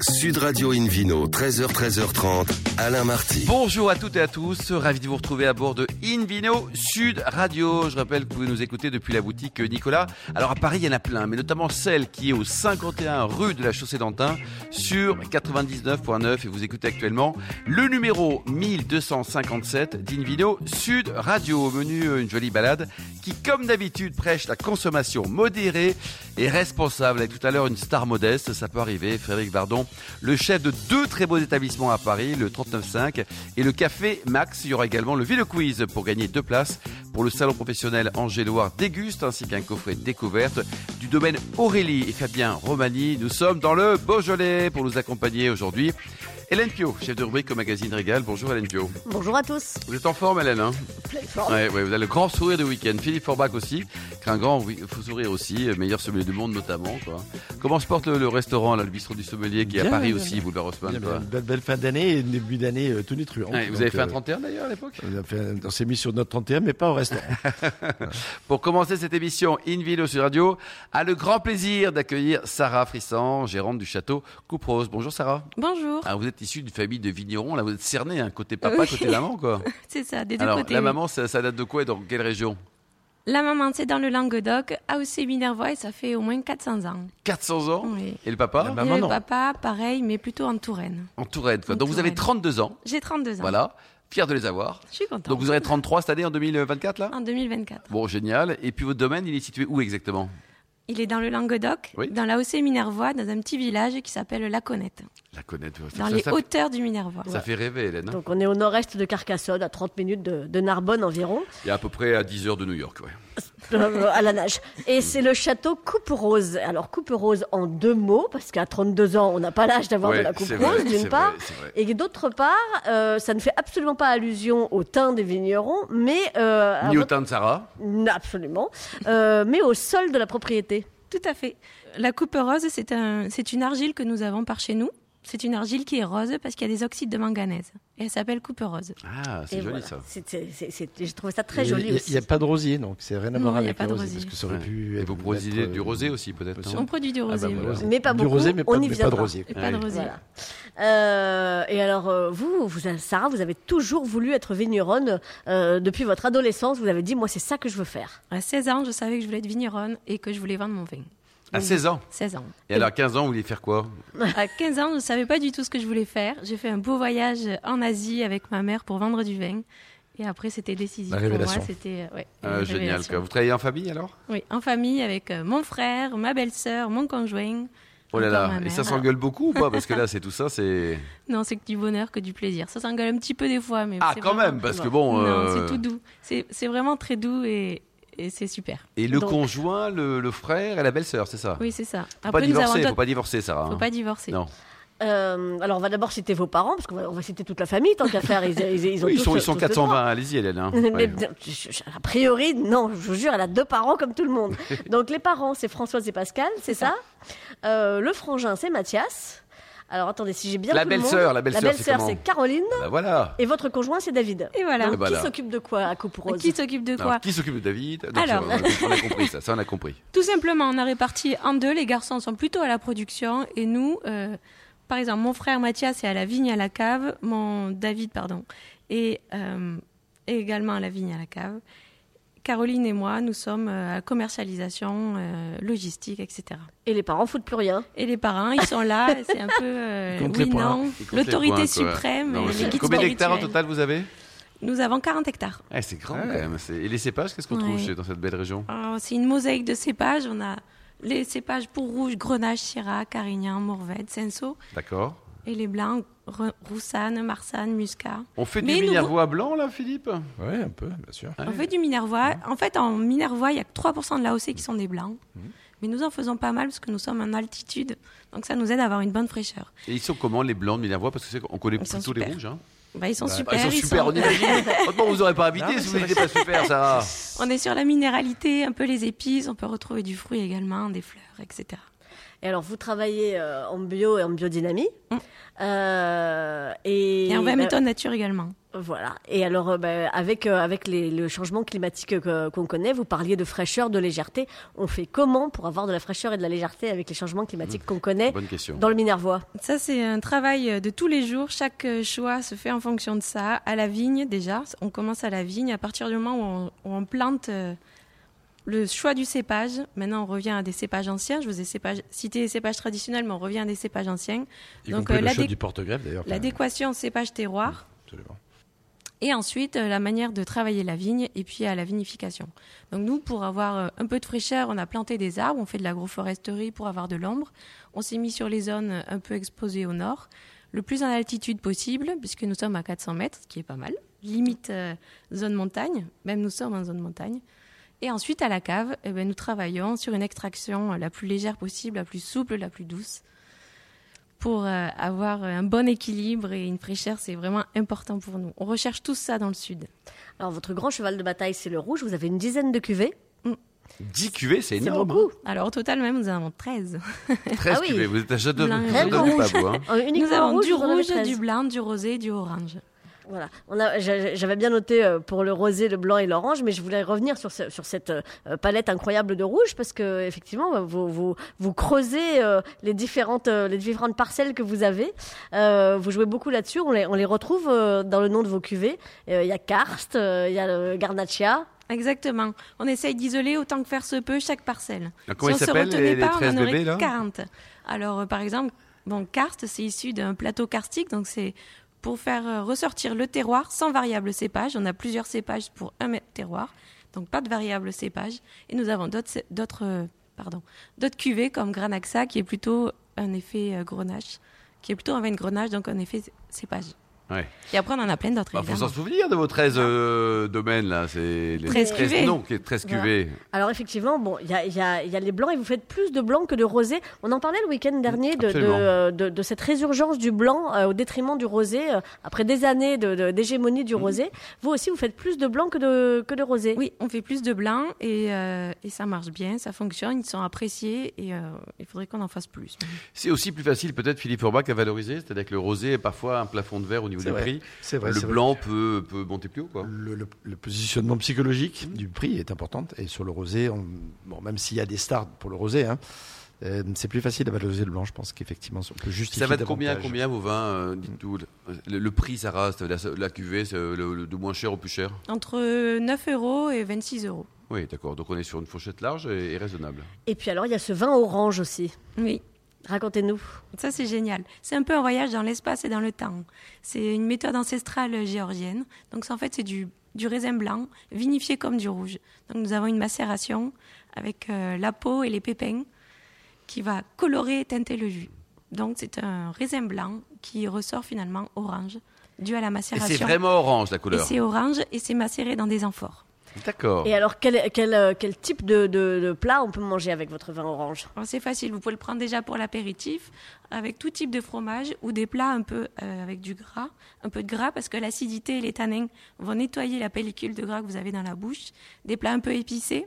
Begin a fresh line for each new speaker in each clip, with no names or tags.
Sud Radio Invino, 13h, 13h30, Alain Marty.
Bonjour à toutes et à tous, ravi de vous retrouver à bord de Invino Sud Radio. Je rappelle que vous nous écoutez depuis la boutique Nicolas. Alors à Paris, il y en a plein, mais notamment celle qui est au 51 rue de la Chaussée d'Antin sur 99.9 et vous écoutez actuellement le numéro 1257 d'Invino Sud Radio. Au menu, une jolie balade qui, comme d'habitude, prêche la consommation modérée et responsable. Avec tout à l'heure une star modeste, ça peut arriver, Frédéric Bardon, le chef de deux très beaux établissements à Paris, le 39.5 et le Café Max. Il y aura également le Ville Quiz pour gagner deux places pour le salon professionnel Angéloire Déguste ainsi qu'un coffret découverte du domaine Aurélie et Fabien Romani. Nous sommes dans le Beaujolais pour nous accompagner aujourd'hui. Hélène Pio, chef de rubrique au magazine Régal. Bonjour Hélène Pio.
Bonjour à tous.
Vous êtes en forme Hélène hein
Pleine forme.
Ouais, ouais, vous avez le grand sourire du week-end. Philippe Forbach aussi, qui a un grand oui, faux sourire aussi, euh, meilleur sommelier du monde notamment. Quoi. Comment se porte le, le restaurant, là, le bistrot du sommelier qui est à
Bien,
Paris
bien,
aussi, boulevard Haussmann
Bien,
quoi.
bien, une belle, belle fin d'année et début d'année euh, tenue truand.
Ouais, Vous avez fait un 31 d'ailleurs à l'époque
on s'est mis sur notre 31, mais pas au restaurant.
Pour commencer cette émission InVilo sur Radio, a le grand plaisir d'accueillir Sarah Frissan, gérante du château Couprose. Bonjour Sarah.
Bonjour,
Ah, vous êtes issue d'une famille de vignerons, là vous êtes cerné, hein, côté papa,
Oui.
côté maman quoi.
c'est ça, des deux
Alors
côtés.
la
oui.
maman, ça, ça date de quoi et dans quelle région
La maman, c'est dans le Languedoc, à aussi Minervois, et ça fait au moins 400 ans.
400 ans
Oui.
Et le papa
La
Et
maman,
le
non.
papa, pareil, mais plutôt en Touraine.
En Touraine. quoi.
En
Donc vous avez
Touraine.
32 ans,
J'ai 32 ans.
voilà, fier de les avoir.
Je suis contente.
Donc vous aurez 33 cette année en 2024 là
En 2024.
Bon, génial. Et puis votre domaine, il est situé où exactement
Il est dans le Languedoc,
Oui.
dans la haussée Minervois, dans un petit village qui s'appelle La Connette,
La connaître.
dans
ça,
les
ça-
hauteurs du Minervois.
ça fait rêver, Hélène. hein.
Donc on est au nord-est de Carcassonne, à 30 minutes de, de Narbonne environ,
Il y a à peu près à 10 heures de New York, ouais.
euh, à la nage. Et c'est le château Coupe Rose. Alors Coupe Rose en deux mots, parce qu'à 32 ans, on n'a pas l'âge d'avoir de
Ouais,
la Coupe
c'est vrai,
Rose,
c'est
d'une part.
vrai, c'est vrai.
Et d'autre part, euh, ça ne fait absolument pas allusion au teint des vignerons, mais euh, à
Ah,
Ni au
votre-
teint de Sarah.
absolument, euh, mais au sol de la propriété.
Tout à fait. La coupe rose, c'est un, c'est une argile que nous avons par chez nous. C'est une argile qui est rose parce qu'il y a des oxydes de manganèse. Et elle s'appelle coupe rose.
Ah, c'est
Et
joli
voilà.
ça.
C'est- c'est- c'est- c'est- J'ai trouvé ça très
Et
joli
Il
aussi.
n'y a, pas de rosier, donc c'est rien à
Non,
voir
il y a
avec
pas
le
de
rosier,
rosier.
parce que ça aurait
Ouais.
pu.
Et
être-
vous produisez
être,
du
euh,
rosé aussi, peut-être.
Bien
non
On produit du
Ah
rosé.
bah
oui.
voilà.
Mais pas
Du
beaucoup,
rosé, mais pas,
on y
mais pas de
viendra.
rosier.
Et pas de
Ouais.
rosé.
Voilà. Euh, et alors, euh, vous, vous, Sarah, vous avez toujours voulu être vigneronne euh, depuis votre adolescence. Vous avez dit, moi, c'est ça que je veux faire.
À 16 ans, je savais que je voulais être vigneronne et que je voulais vendre mon vin.
À 16 ans.
16 ans.
Et alors, à 15 ans, vous voulez faire quoi
À 15 ans, je ne savais pas du tout ce que je voulais faire. J'ai fait un beau voyage en Asie avec ma mère pour vendre du vin. Et après, c'était décisif
La
pour moi.
révélation.
C'était euh, ouais,
Euh,
une
Génial.
révélation.
quoi. Vous travaillez en famille alors
Oui, en famille avec euh, mon frère, ma belle-sœur, mon conjoint.
Oh là
encore
là.
ma
Et
mère. Ah,
ça s'engueule beaucoup ou pas Parce que là, c'est tout ça, c'est.
Non, c'est que du bonheur, que du plaisir. Ça s'engueule un petit peu des fois, mais
Ah,
c'est
quand
vraiment-
même, parce que bon.
Non,
euh,
c'est tout doux. C'est c'est vraiment très doux et, et c'est super.
Et le
Donc-
conjoint, le, le frère et la belle-sœur, c'est ça
Oui, c'est ça.
Faut pas divorcer,
d'autres-
faut pas divorcer, Sarah.
Faut
hein.
pas divorcer.
Non.
Euh, alors, on va d'abord citer vos parents, parce qu'on va, on va citer toute la famille, tant qu'à faire. Ils, ils, ils ont
Oui, ils
tous- euh,
sont, ils sont
tous le droit.
420, allez-y Hélène. hein.
Mais,
Ouais.
bien, je- je- a priori, non, je vous jure, elle a deux parents comme tout le monde. Donc les parents, c'est Françoise et Pascal, c'est ça. Euh, le frangin, c'est Mathias. Alors attendez, si j'ai bien
La
tout le monde-
belle-sœur, la belle-sœur, c'est
belle-sœur,
comment
c'est Caroline.
Bah voilà.
Et votre conjoint, c'est David.
Et voilà.
Donc,
Eh ben là.
qui s'occupe de quoi à Coupe Rose
Qui s'occupe de quoi
Alors, qui s'occupe de David Non,
Alors.
c'est- On a compris ça, ça on a compris.
Tout simplement, on a réparti en deux. Les garçons sont plutôt à la production et nous, euh, par exemple, mon frère Mathias est à la vigne à la cave, mon David, pardon, est, euh, est également à la vigne à la cave. Caroline et moi, nous sommes euh, à la commercialisation, euh, logistique, etc.
Et les parents foutent plus rien.
Et les parents, ils sont là, c'est un peu euh,
Ils comptent
oui,
les points.
non,
Ils comptent les
l'autorité
points, quoi.
suprême,
Non,
et
mais
les
c'est-
guides
Combien d'hectares au
spirituels.
total vous avez
Nous avons 40 hectares.
Eh, c'est grand quand même. c'est- Et les cépages, qu'est-ce qu'on trouve
Ouais.
chez- dans cette belle région
Alors, Oh, C'est une mosaïque de cépages. On a les cépages pour rouge, grenache, syrah, carignan, mourvèdre, senso.
Ah. D'accord.
Et les blancs, Re- roussanne, marsanne, muscat.
On fait
Mais
du
nous-
minervois blanc là, Philippe
Ouais, un peu, bien sûr.
On fait du minervois. En fait, en minervois, il y a que 3% de l'AOC qui sont des blancs. Mais nous en faisons pas mal parce que nous sommes en altitude. Donc ça nous aide à avoir une bonne fraîcheur.
Et ils sont comment les blancs de minervois Parce que c'est qu'on connaît
Ils sont
plutôt les
super.
rouges. Hein.
Bah, ils sont
Bah,
super.
Ah, ils sont super, on imagine. Autrement, vous aurez pas invité
Non,
si
mais
vous n'étiez
c'est
pas super, Sarah.
On est sur la minéralité, un peu les épices. On peut retrouver du fruit également, des fleurs, etc.
Et alors, vous travaillez euh, en bio et en biodynamie.
Mm.
Euh, et,
Et on va
euh,
méthode nature également.
Voilà. Et alors, euh, bah, avec, euh, avec les- le changement climatique euh, que- qu'on connaît, vous parliez de fraîcheur, de légèreté. On fait comment pour avoir de la fraîcheur et de la légèreté avec les changements climatiques qu'on connaît
Bonne question.
dans le Minervois
Ça, c'est un travail euh, de tous les jours. Chaque euh, choix se fait en fonction de ça. À la vigne, déjà, on commence à la vigne. À partir du moment où on, où on plante euh, le choix du cépage, maintenant on revient à des cépages anciens. Je vous ai cépage- cité les cépages traditionnels, mais on revient à des cépages anciens.
Y
Donc,
compris
euh,
le
la
choix
dé-
du porte-greffe d'ailleurs. quand même.
L'adéquation cépage-terroir.
Absolument.
Et ensuite, euh, la manière de travailler la vigne et puis à la vinification. Donc nous, pour avoir euh, un peu de fraîcheur, on a planté des arbres, on fait de l'agroforesterie pour avoir de l'ombre. On s'est mis sur les zones euh, un peu exposées au nord, le plus en altitude possible, puisque nous sommes à 400 mètres, ce qui est pas mal. Limite euh, zone montagne, même nous sommes en zone montagne. Et ensuite, à la cave, eh ben, nous travaillons sur une extraction euh, la plus légère possible, la plus souple, la plus douce, pour euh, avoir un bon équilibre et une fraîcheur, c'est vraiment important pour nous. On recherche tout ça dans le sud.
Alors, votre grand cheval de bataille, c'est le rouge. Vous avez une dizaine de cuvées.
10 cuvées, c'est
C'est
énorme. hein.
beaucoup.
Alors au total, même, nous en avons 13.
13
Ah oui.
cuvées. Vous êtes à Château
Blanc.
Château
Rien
de
qu'en
Pabou. Hein.
Euh, uniquement
nous avons
rouge,
du
vous en avez
rouge,
13.
du blanc, du rosé, du orange.
Voilà. On a, j'a- j'avais bien noté euh, pour le rosé, le blanc et l'orange, mais je voulais revenir sur, ce- sur cette euh, palette incroyable de rouge parce que effectivement, bah, vous, vous, vous creusez euh, les différentes euh, les différentes parcelles que vous avez. Euh, vous jouez beaucoup là-dessus. On les, on les retrouve euh, dans le nom de vos cuvées. Euh, Il y a Karst, euh, il y a le Garnacha.
Exactement. On essaye d'isoler autant que faire se peut chaque parcelle.
Alors, Ah, comment
si
ils
on se
s'appellent,
retenait
les- les
pas,
13
on en aurait
bébés, là Bah,
40. Alors euh, par exemple, bon, karst, c'est issu d'un plateau karstique, donc c'est pour faire euh, ressortir le terroir sans variable cépage. On a plusieurs cépages pour un même terroir, donc pas de variable cépage. Et nous avons d'autres, cé- d'autres, euh, pardon, d'autres cuvées comme Granaxa qui est plutôt un effet euh, grenache, qui est plutôt un vin de grenache, donc un effet cé- cépage.
Ouais.
Et après on en a plein d'autres.
Bah, faut
évidemment.
s'en souvenir de vos 13 euh, domaines, là. C'est les
13 cuvées.
Non, qui est 13
Voilà.
cuvées.
Alors effectivement, bon, il y a, il y a- il y a les blancs et vous faites plus de blanc que de rosé. On en parlait le week-end dernier de, de,
Absolument.
euh, de- de cette résurgence du blanc euh, au détriment du rosé euh, après des années de- de- d'hégémonie
Mhm.
du rosé. Vous aussi, vous faites plus de blanc que de, que de rosé.
Oui, on fait plus de blanc et, euh, et ça marche bien, ça fonctionne, ils sont appréciés et euh, il faudrait qu'on en fasse plus.
C'est aussi plus facile, peut-être, Philippe Urbach, à valoriser. C'est-à-dire que le rosé est parfois un plafond de verre au niveau
C'est
du
vrai.
prix.
C'est vrai.
le
c'est vrai.
blanc peut, peut monter plus haut, quoi.
Le, le- le positionnement psychologique
Mmh.
du prix est important. Et sur le rosé, on- bon, même s'il y a des stars pour le rosé, hein, euh, c'est plus facile à valoriser le blanc. Je pense qu'effectivement, on peut justifier.
Ça va de combien à
davantage. Mm.
combien vos vins euh, dites-nous, le, le prix, Sarah, c'est la, la cuvée, c'est euh, le, le- de moins cher au plus cher
Entre 9 euros et 26 euros.
Oui, d'accord. Donc on est sur une fourchette large et, et raisonnable.
Et puis alors, il y a ce vin orange aussi.
Oui,
Racontez-nous.
ça c'est génial. C'est un peu un voyage dans l'espace et dans le temps. C'est une méthode ancestrale géorgienne. Donc c'est- en fait c'est du, du raisin blanc vinifié comme du rouge. Donc nous avons une macération avec euh, la peau et les pépins qui va colorer et teinter le jus. Donc c'est un raisin blanc qui ressort finalement orange dû à la
Et
macération.
c'est vraiment orange, la
Et
couleur.
c'est orange et c'est macéré dans des amphores.
D'accord.
Et alors, quel, quel, euh, quel type de, de- de plat on peut manger avec votre vin orange
Alors, C'est facile, vous pouvez le prendre déjà pour l'apéritif, avec tout type de fromage ou des plats un peu euh, avec du gras, un peu de gras parce que l'acidité et les tanins vont nettoyer la pellicule de gras que vous avez dans la bouche. Des plats un peu épicés.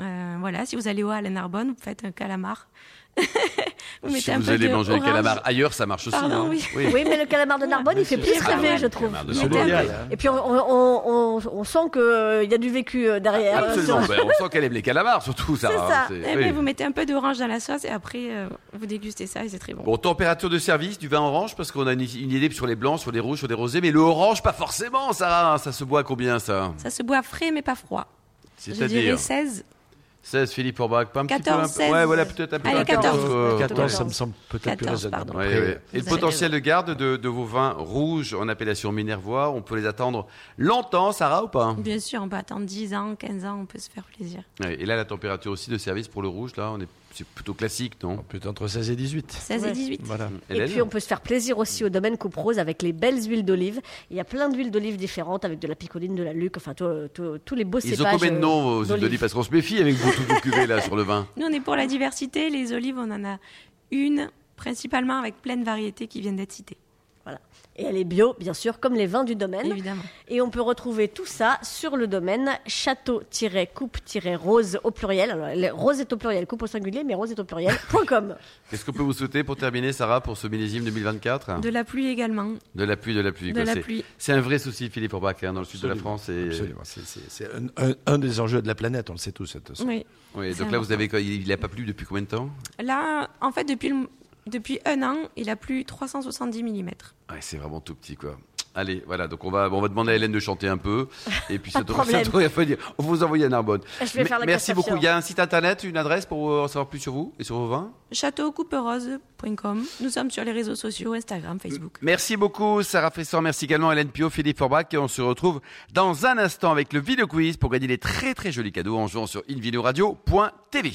Euh, voilà, si vous allez au à la Narbonne, vous faites un calamar. vous
si
un
vous
peu
allez
de
manger le
orange.
calamar ailleurs, ça marche aussi.
Pardon,
hein.
oui.
Oui, mais le calamar de Narbonne, il fait
Ah,
plus rêver,
ouais,
je trouue.
calamar de
Mettez
C'est
un peu
Narbonne.
mondial, hein.
Et puis, on, on- on- on sent qu'il y a du vécu euh, derrière.
Absolument. Ben, on sent qu'elle aime les calamars, surtout, Sarah.
ça.
hein, c'est-
Eh
oui.
ben, vous mettez un peu d'orange dans la sauce et après euh, vous dégustez ça et c'est très bon.
Bon, température de service du vin orange, parce qu'on a une, une idée sur les blancs, sur les rouges, sur les rosés, mais le orange, pas forcément, Sarah. Ça se boit à combien, ça
Ça se boit frais mais pas froid. Je dirais
C'est-à-dire
16.
16, Philippe Orbach, pas un petit
14,
peu. un peu- Ouais,
16.
voilà, peut-être un peu.
Allez,
un peu
14.
quoi.
14, ça me
14.
semble peut-être plus
14,
raisonnable.
pardon.
Ouais,
Après,
ouais. Et le
Vous avez
potentiel de garde de, de vos vins rouges en appellation Minervois, on peut les attendre longtemps, Sarah, ou pas
Bien sûr, on peut attendre 10 ans, 15 ans, on peut se faire plaisir.
Ouais, Et là, la température aussi de service pour le rouge, là, on est, c'est plutôt classique, non
on peut être entre 16 et 18.
16
Ouais.
et 18.
Voilà.
Et
Hélène
puis on peut se faire plaisir aussi au domaine Coupe Rose avec les belles huiles d'olive. Il y a plein d'huiles d'olive différentes avec de la picoline, de la luc, enfin tout- tout- tous les beaux
Ils ont
cépages.
combien de
euh,
noms aux huiles d'olive Parce qu'on se méfie avec vous tout cuvées là sur le vin.
Nous, on est pour la diversité. Les olives, on en a une, principalement avec plein de variétés qui viennent d'être citées.
Voilà. Et elle est bio, bien sûr, comme les vins du domaine.
évidemment.
Et on peut retrouver tout ça sur le domaine château-coupe-rose au pluriel. Alors, le- rose est au pluriel, coupe au singulier, mais rose est au pluriel. point .com.
Qu'est-ce qu'on peut vous souhaiter pour terminer, Sarah, pour ce millésime 2024
De la pluie également.
De la pluie, de la pluie.
De
quoi.
la
C'est-
pluie.
C'est un vrai souci, Philippe Orbach, hein, dans le sud de la
Absolument,
France. Et...
Absolument. C'est- C'est c'est un, un- un des enjeux de la planète, on le sait tous. de toute façon.
Oui.
Oui,
C'est
donc là, vous
important.
avez, il n'a pas plu depuis combien de temps
Là, en fait, depuis, le- depuis un an, il a plu 370 mm.
Ouais, c'est vraiment tout petit, quoi. Allez, voilà, donc on va, on va demander à Hélène de chanter un peu. Et puis,
Pas
ça
de
devrait- ça
problème.
devrait pas dire. On vous envoie à Narbonne.
Je vais
Me-
faire la
Merci
concertation.
beaucoup. Il y a un site internet, une adresse pour euh, en savoir plus sur vous et sur vos vins.
Châteaucouperose.com. Nous sommes sur les réseaux sociaux, Instagram, Facebook.
Merci beaucoup, Sarah Fessor. Merci également à Hélène Pio, Philippe Forbach. Et on se retrouve dans un instant avec le vidéo quiz pour gagner des très très jolis cadeaux en jouant sur invideoradio.tv.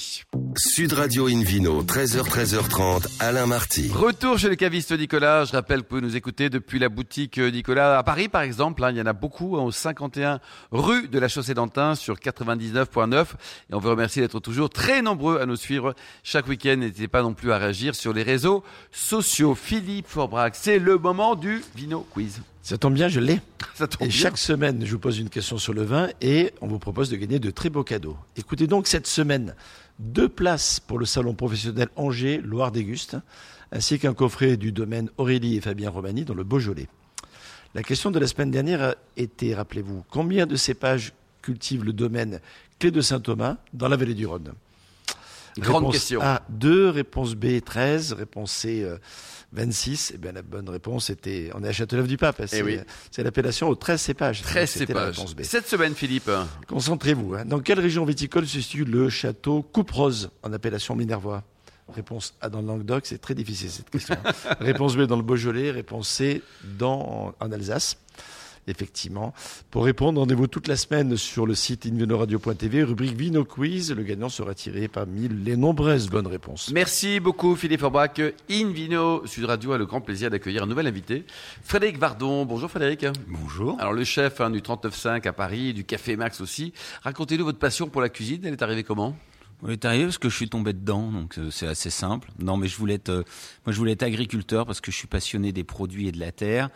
Sud Radio Invino, 13h, 13h30, Alain Marty.
Retour chez le caviste Nicolas. Je rappelle que vous pouvez nous écouter depuis la boutique euh, Nicolas à Paris, par exemple. hein. il y en a beaucoup hein, au 51 rue de la Chaussée d'Antin sur 99.9. Et on vous remercie d'être toujours très nombreux à nous suivre chaque week-end. N'hésitez pas non plus à réagir sur les réseaux sociaux. Philippe Forbrac, c'est le moment du Vino Quiz.
Ça tombe bien, je l'ai.
Ça tombe
Et
bien.
chaque semaine, je vous pose une question sur le vin et on vous propose de gagner de très beaux cadeaux. Écoutez donc cette semaine, deux places pour le salon professionnel Angers Loire d'Auguste, ainsi qu'un coffret du domaine Aurélie et Fabien Romani dans le Beaujolais. La question de la semaine dernière était, rappelez-vous, combien de cépages cultive le domaine Clé de Saint-Thomas dans la vallée du Rhône
Grande
Réponse
question.
A, 2, réponse B, 13, réponse C, euh, 26. Eh bien, la bonne réponse était, on est à Châteauneuf-du-Pape. hein, C'est
Eh oui.
c'est l'appellation aux 13 cépages.
13
C'était la
cépages.
réponse B.
Cette semaine, Philippe, hein,
Concentrez-vous. hein. Dans quelle région viticole se situe le château Couperose, en appellation Minervois Réponse A dans le Languedoc, c'est très difficile cette question. réponse B dans le Beaujolais, réponse C dans, en Alsace. Effectivement. Pour répondre, rendez-vous toute la semaine sur le site invinoradio.tv, rubrique Vino Quiz. Le gagnant sera tiré parmi les nombreuses bonnes réponses.
Merci beaucoup Philippe Forbach. Invino Sud Radio a le grand plaisir d'accueillir un nouvel invité, Frédéric Vardon. Bonjour Frédéric.
Bonjour.
Alors le chef hein, du 39.5 à Paris, du Café Max aussi. Racontez-nous votre passion pour la cuisine. Elle est arrivée comment
On est arrivé parce que je suis tombé dedans, donc euh, c'est assez simple. Non, mais je voulais être, euh, moi je voulais être agriculteur parce que je suis passionné des produits et de la terre.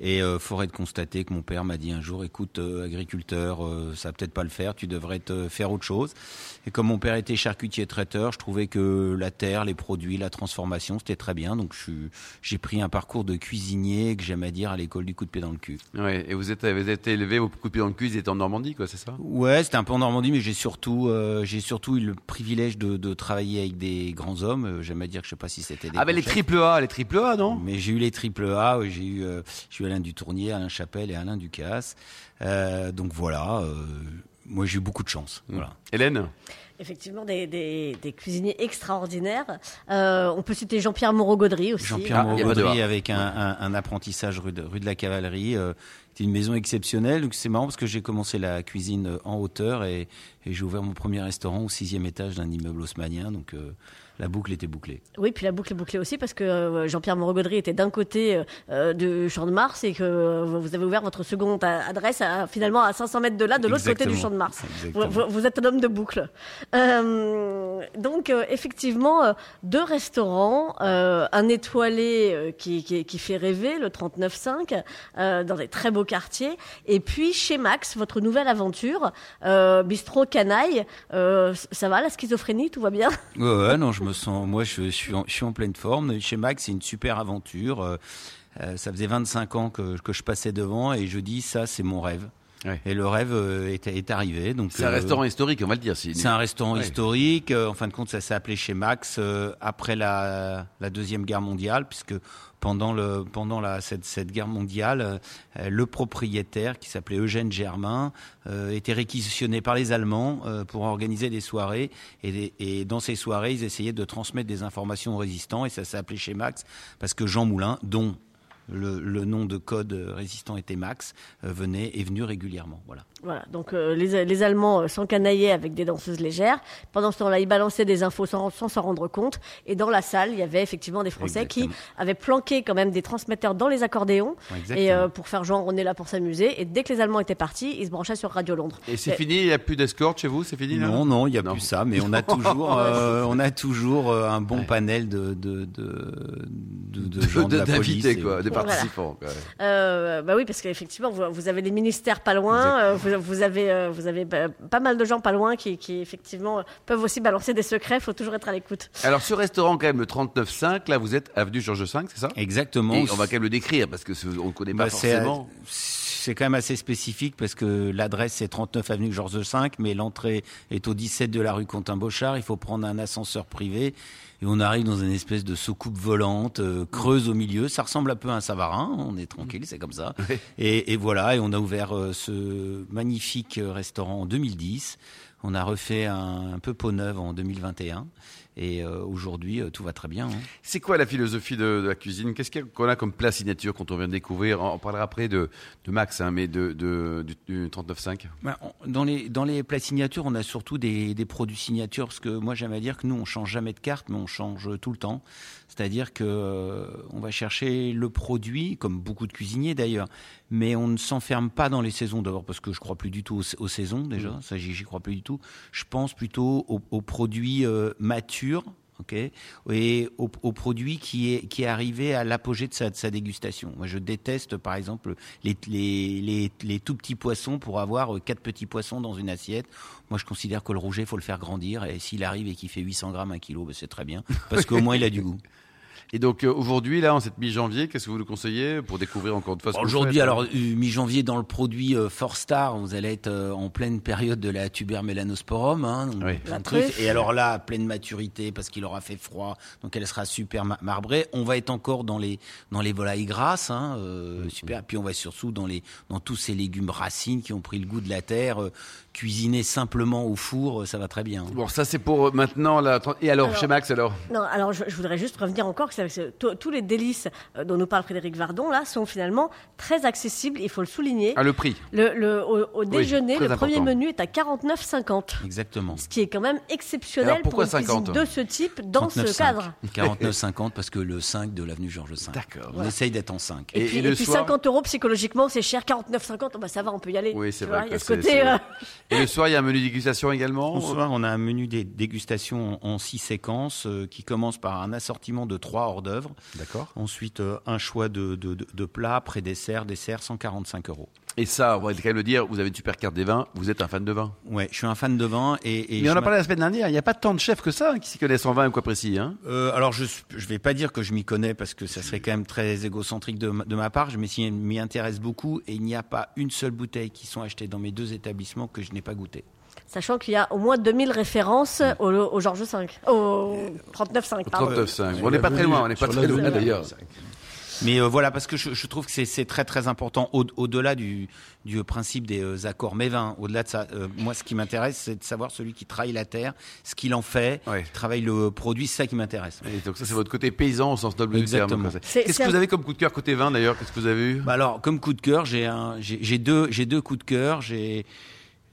Et euh, forêt de constater que mon père m'a dit un jour, écoute, euh, agriculteur, euh, ça va peut-être pas le faire, tu devrais te faire autre chose. Et comme mon père était charcutier traiteur, je trouvais que la terre, les produits, la transformation, c'était très bien. Donc je suis- j'ai pris un parcours de cuisinier que j'aime à dire à l'école du coup de pied dans le cul.
ouais, Et vous êtes, vous êtes élevé, vos coupé dans le cul, vous étiez en Normandie, quoi, c'est ça
Ouais, c'était un peu en Normandie, mais j'ai surtout, euh, j'ai surtout eu le privilège de, de travailler avec des grands hommes. Euh, J'aime à dire que je sais pas si c'était des.
Ah ben les
grands
triple A, les triple A,
chefs,
non
Mais j'ai eu les triple A, ouais, j'ai eu, euh, j'ai eu Alain Dutournier, Alain Chapelle et Alain Ducasse. Euh, donc voilà, euh, moi j'ai eu beaucoup de chance.
Mm.
Voilà.
Hélène
Effectivement, des, des- des cuisiniers extraordinaires. Euh, on peut citer Jean-Pierre Moreau-Gaudry aussi.
Jean-Pierre
Ah, y a pas de
Moreau-Gaudry
A.
avec un, un- un apprentissage rue de, rue de la Cavalerie. euh, C'était une maison exceptionnelle. Donc c'est marrant parce que j'ai commencé la cuisine euh, en hauteur et, et j'ai ouvert mon premier restaurant au sixième étage d'un immeuble haussmanien. Donc euh, la boucle était bouclée.
Oui, puis la boucle est bouclée aussi parce que euh, Jean-Pierre Moreau-Gaudry était d'un côté euh, du Champ de Mars et que euh, vous avez ouvert votre seconde a- adresse à- finalement à 500 mètres de là, de l'autre côté du
Exactement.
Champ de Mars. Vous,
Exactement.
vous- vous êtes un homme de boucle. Euh, donc euh, effectivement, euh, deux restaurants, euh, un étoilé euh, qui, qui- qui fait rêver, le 39.5, euh, dans des très beaux quartiers, et puis chez Max, votre nouvelle aventure, euh, bistrot canaille. Euh, ça va la schizophrénie, tout va bien
Ouais, ouais, non, je me sens. Moi, je, suis, en, je suis en pleine forme. Chez Max, c'est une super aventure. Euh, euh, ça faisait 25 ans que, que je passais devant et je dis ça, c'est mon rêve.
Ouais.
Et le rêve euh, est, est arrivé. Donc
C'est un
euh,
restaurant historique, on va le dire. C'est
C'est un restaurant
Ouais.
historique. Euh, En fin de compte, ça s'est appelé chez Max euh, après la, la deuxième guerre mondiale, puisque pendant le pendant la cette, cette guerre mondiale, euh, euh, le propriétaire qui s'appelait Eugène Germain euh, était réquisitionné par les Allemands euh, pour organiser des soirées. Et, des- et dans ces soirées, ils essayaient de transmettre des informations aux résistants. Et ça s'est appelé chez Max parce que Jean Moulin, dont le, le nom de code euh, résistant était Max, euh, venait est venu régulièrement. Voilà.
Voilà, donc euh, les, les Allemands euh, s'encannaillaient avec des danseuses légères. Pendant ce temps-là, ils balançaient des infos sans sans s'en rendre compte. Et dans la salle, il y avait effectivement des Français qui
Exactement.
avaient planqué quand même des transmetteurs dans les accordéons.
Exactement.
Et euh, pour faire genre, on est là pour s'amuser. Et dès que les Allemands étaient partis, ils se branchaient sur Radio Londres.
Et c'est fini, il n'y a plus d'escorte chez vous, c'est fini là
Non, non, il n'y a
hein Non.
plus ça, mais on a toujours, euh, on a toujours euh, un bon panel de, de, de, de- de de gens de, la police.
D'invités,
et-
quoi, des
Voilà.
participants. quoi.
Euh, bah oui, parce qu'effectivement, vous, vous avez les ministères pas loin, euh, vous, vous avez, euh, vous avez bah, pas mal de gens pas loin qui, qui effectivement, euh, peuvent aussi balancer des secrets. Il faut toujours être à l'écoute.
Alors, ce restaurant, quand même, le 39.5, là, vous êtes avenue Georges V, c'est ça
Exactement.
Et on va quand même le décrire parce que ce- on ne connaît pas
Bah, c'est-
forcément.
C'est quand même assez spécifique parce que l'adresse c'est 39 avenue Georges V, mais l'entrée est au 17 de la rue Quentin-Bochard. Il faut prendre un ascenseur privé et on arrive dans une espèce de soucoupe volante, euh, creuse au milieu. Ça ressemble un peu à un Savarin, hein. on est tranquille, c'est comme ça. Et, et voilà, et on a ouvert euh, ce magnifique euh, restaurant en 2010. On a refait un, un peu peau neuve en 2021. Et euh, aujourd'hui, euh, tout va très bien. hein.
C'est quoi la philosophie de, de la cuisine Qu'est-ce qu'il y a- qu'on a comme plat signature quand on vient de découvrir On on parlera après de, de Max, hein, mais de, de, du, du 39.5.
Ouais, Bah, on- Dans les, dans les plats signatures, on a surtout des, des produits signatures, parce que moi j'aime à dire que nous on change jamais de carte, mais on change tout le temps. C'est-à-dire que euh, on va chercher le produit, comme beaucoup de cuisiniers d'ailleurs, mais on ne s'enferme pas dans les saisons d'abord, parce que je crois plus du tout aux, aux saisons déjà, ça j'y j'y crois plus du tout. Je pense plutôt aux, aux produits euh, matures, Ok, et au, au produit qui est qui est arrivé à l'apogée de sa, de sa dégustation. Moi, je déteste, par exemple, les, les, les, les tout petits poissons pour avoir euh, quatre petits poissons dans une assiette. Moi, je considère que le rouget, faut le faire grandir. Et s'il arrive et qu'il fait 800 grammes un kilo, ben, c'est très bien, parce qu'au moins il a du goût.
Et donc, euh, aujourd'hui, là, en cette mi-janvier, qu'est-ce que vous nous conseillez pour découvrir encore une fois ce que vous
Aujourd'hui,
faites,
alors
hein
euh, mi-janvier dans le produit euh, Four Star, vous allez être euh, en pleine période de la tuber melanosporum, hein, donc
Oui.
plein de
La
trucs.
truffe.
Et alors là, pleine maturité parce qu'il aura fait froid, donc elle sera super ma- marbrée. On va être encore dans les dans les volailles grasses, hein,
Mm-hmm.
euh, super. Puis on va être surtout dans les dans tous ces légumes racines qui ont pris le goût de la terre, euh, cuisinés simplement au four, euh, ça va très bien.
Bon, ça, c'est pour euh, maintenant. La... 30 Et alors,
Alors-
chez Max, alors
Non, alors je, je voudrais juste revenir encore que c'est- c'est- tous tous les délices euh, dont nous parle Frédéric Vardon là sont finalement très accessibles. Il faut le souligner.
Ah, le prix.
Le, le- au, au déjeuner,
très
le premier
important.
menu est à 49,50.
Exactement.
Ce qui est quand même exceptionnel
Alors, pourquoi
pour une cuisine
50?
de ce type dans ce
49,5.
cadre.
49,50 parce que le 5 de l'avenue Georges V.
D'accord.
On essaye d'être en 5.
Et,
Et-
puis,
et le
et puis
soir
50 euros psychologiquement, c'est cher. 49,50, bah ça va, on peut y aller.
Oui,
Tu
c'est
vois,
vrai.
Il y
que
a ce
c'est-
côté.
c'est-
euh,
Et le soir, il y a un menu dégustation également
Ce soir, on a un menu des dégustations en en six séquences euh, qui commence par un assortiment de trois hors d'œuvre.
D'accord.
Ensuite, euh, un choix de, de, de- de plats, pré-dessert, dessert, 145 euros.
Et ça, on va quand même le dire, vous avez une super carte des vins, vous êtes un fan de vin.
Ouais, je suis un fan de vin et, et
Mais on
je
en a
m'a-
parlé la semaine dernière, il n'y a pas tant de chefs que ça hein, qui s'y connaissent en vin ou quoi précis. Hein.
Euh, alors, je ne vais pas dire que je m'y connais parce que ça serait quand même très égocentrique de, ma- de ma part. Je m'y suis- m'y intéresse beaucoup et il n'y a pas une seule bouteille qui sont achetées dans mes deux établissements que je n'ai pas goûtée.
Sachant qu'il y a au moins 2000 références au, au Georges V, au
Euh,
39,5, pardon.
39,5. Bon, on n'est pas très loin, on n'est pas
Sur
très
la
loin
rue,
d'ailleurs.
Mais euh, voilà, parce que je, je trouve que c'est- c'est très très important au- au-delà du, du principe des euh, accords mévins. Au-delà de ça, euh, moi, ce qui m'intéresse, c'est de savoir celui qui travaille la terre, ce qu'il en fait,
Ouais.
qui travaille le produit, c'est ça qui m'intéresse.
Et donc ça, c'est votre côté paysan au sens noble du terme.
Exactement.
quoi.
C'est-
Qu'est-ce
c'est
que vous
un-
avez comme coup de cœur côté vin d'ailleurs Qu'est-ce que vous avez eu
Bah alors, comme coup de cœur, j'ai un, j'ai j'ai deux, j'ai deux coups de cœur. J'ai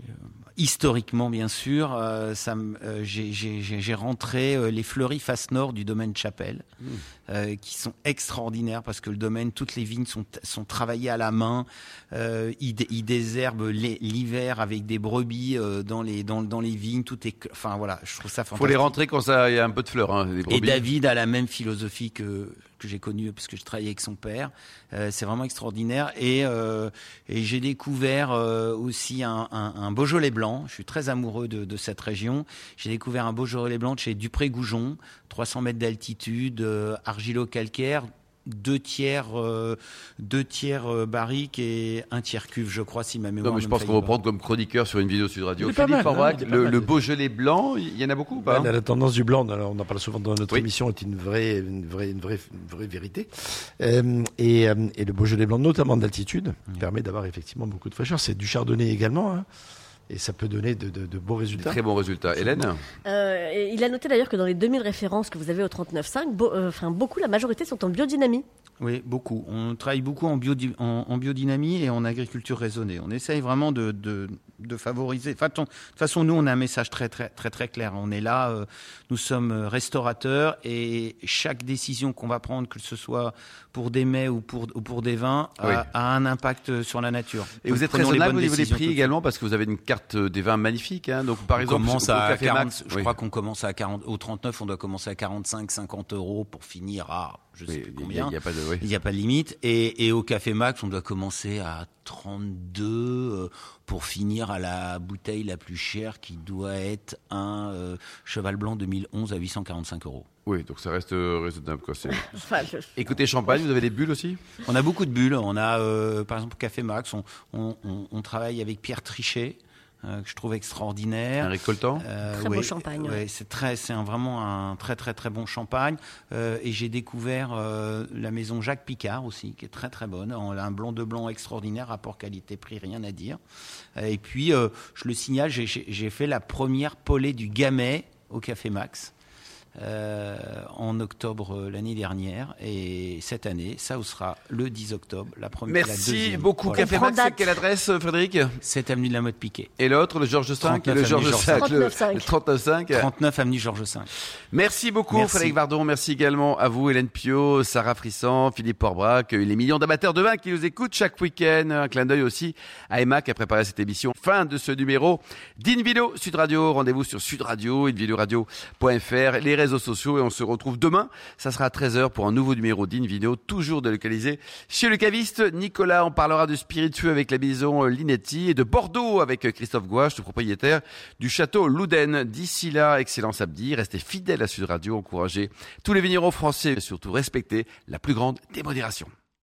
euh, historiquement, bien sûr, euh, ça, me- euh, j'ai- j'ai j'ai- j'ai rentré euh, les fleuries face nord du domaine Chapelle,
Hmm.
euh, qui sont extraordinaires parce que le domaine, toutes les vignes sont, sont travaillées à la main. Euh, ils, dé- ils désherbent les- l'hiver avec des brebis euh, dans les dans, dans les vignes. Tout est, cl- enfin voilà, je trouve ça
Faut les
fantastique.
rentrer quand ça il y a un peu de fleurs. Hein, des
Et
brebis.
David a la même philosophie que, que j'ai connue, parce que je travaillais avec son père. Euh, c'est vraiment extraordinaire. Et, euh, et j'ai découvert euh, aussi un, un, un Beaujolais blanc. Je suis très amoureux de, de cette région. J'ai découvert un Beaujolais blanc de chez Dupré-Goujon, 300 mètres d'altitude, euh, argilo-calcaire. Deux tiers, euh, deux tiers euh, barrique et un tiers cuve, je crois, si ma mémoire.
Non, mais je
ne me
pense qu'on
faillit
va
pas.
prendre comme chroniqueur sur une vidéo Sud Radio.
Il est pas
Philippe
mal, non,
Aubrac,
il est pas
le,
mal.
le Beaujolais blanc, il y en a beaucoup ou pas hein?
Ben, La, la tendance du blanc, alors, on en parle souvent dans notre
Oui.
émission, est une vraie, une vraie, une vraie, une vraie vérité. Euh, et, euh, et le Beaujolais blanc, notamment d'altitude,
Mm.
permet d'avoir effectivement beaucoup de fraîcheur. C'est du chardonnay également, hein. et ça peut donner de, de- de beaux
Des
résultats.
Très bon résultat. Hélène
Euh, et il a noté d'ailleurs que dans les 29,5 références que vous avez au 39,5, beau- euh, enfin, beaucoup, la majorité sont en biodynamie.
Oui, beaucoup. On travaille beaucoup en, biodi- en- en biodynamie et en agriculture raisonnée. On essaye vraiment de, de- de favoriser. Enfin, ton- de toute façon, nous, on a un message très, très, très, très clair. On est là, euh, nous sommes restaurateurs et chaque décision qu'on va prendre, que ce soit pour des mets ou pour, ou pour des vins, a-
Oui.
a, un impact euh, sur la nature.
Et
Donc,
vous êtes
prenons les
raisonnable
bonnes
au niveau des
décisions
prix
tout de suite.
également parce que vous avez une carte euh, des vins magnifique. hein. Donc par
On
exemple,
commence
au
à
Café
40,
Max,
je
oui.
crois qu'on commence à 40, au 39, on doit commencer à 45, 50 euros pour finir à je sais
Oui,
plus
il y a-
combien.
Il n'y a pas de. oui.
Il n'y a pas de limite. Et, et au Café Max, on doit commencer à 32 euh, pour finir à la bouteille la plus chère qui doit être un euh, Cheval Blanc 2011 à 845 euros.
Oui, donc ça reste euh, raisonnable. Quoi. c'est-
Enfin, je-
Et côté champagne, vous avez des bulles aussi
On a beaucoup de bulles. On a, euh, par exemple, au Café Max, on, on- on- on travaille avec Pierre Trichet, euh, que je trouve
Un
extraordinaire.
récoltant
Euh,
Très beau champagne,
ouais,
ouais.
c'est très, c'est un- vraiment un très très très bon champagne. Euh, et j'ai découvert euh, la maison Jacques Picard aussi, qui est très très bonne. On a un blanc de blanc extraordinaire, rapport qualité-prix, rien à dire. Euh, Et puis, euh, je le signale, j'ai- j'ai j'ai fait la première polée du Gamay au Café Max. euh, en octobre euh, l'année dernière et cette année ça vous sera le 10 octobre la première la
Merci
deuxième.
beaucoup.
Voilà.
Café
prend
Max,
date.
c'est quelle adresse, euh, Frédéric
cette avenue de la mode piquet
Et l'autre, le Georges V
39,
Le
avenue
Georges
Georges
V. le-
39.
le 39.
39 avenue Georges V
Merci beaucoup
Merci.
Frédéric Vardon, merci également à vous Hélène Pio, Sarah Frisson, Philippe Porbrac, les millions d'amateurs de vin qui nous écoutent chaque week-end. Un clin d'œil aussi à Emma qui a préparé cette émission. Fin de ce numéro d'Invino Sud Radio. Rendez-vous sur Sud Radio, invinoradio.fr, les réseaux sociaux et on se retrouve demain. Ça sera à 13h pour un nouveau numéro d'Invino, toujours délocalisé chez le caviste Nicolas. On parlera de spiritueux avec la maison Linetti et de Bordeaux avec Christophe Gouache, le propriétaire du château Louden. D'ici là, excellent samedi. Restez fidèles à Sud Radio, encouragez tous les vignerons français et surtout respectez la plus grande démodération.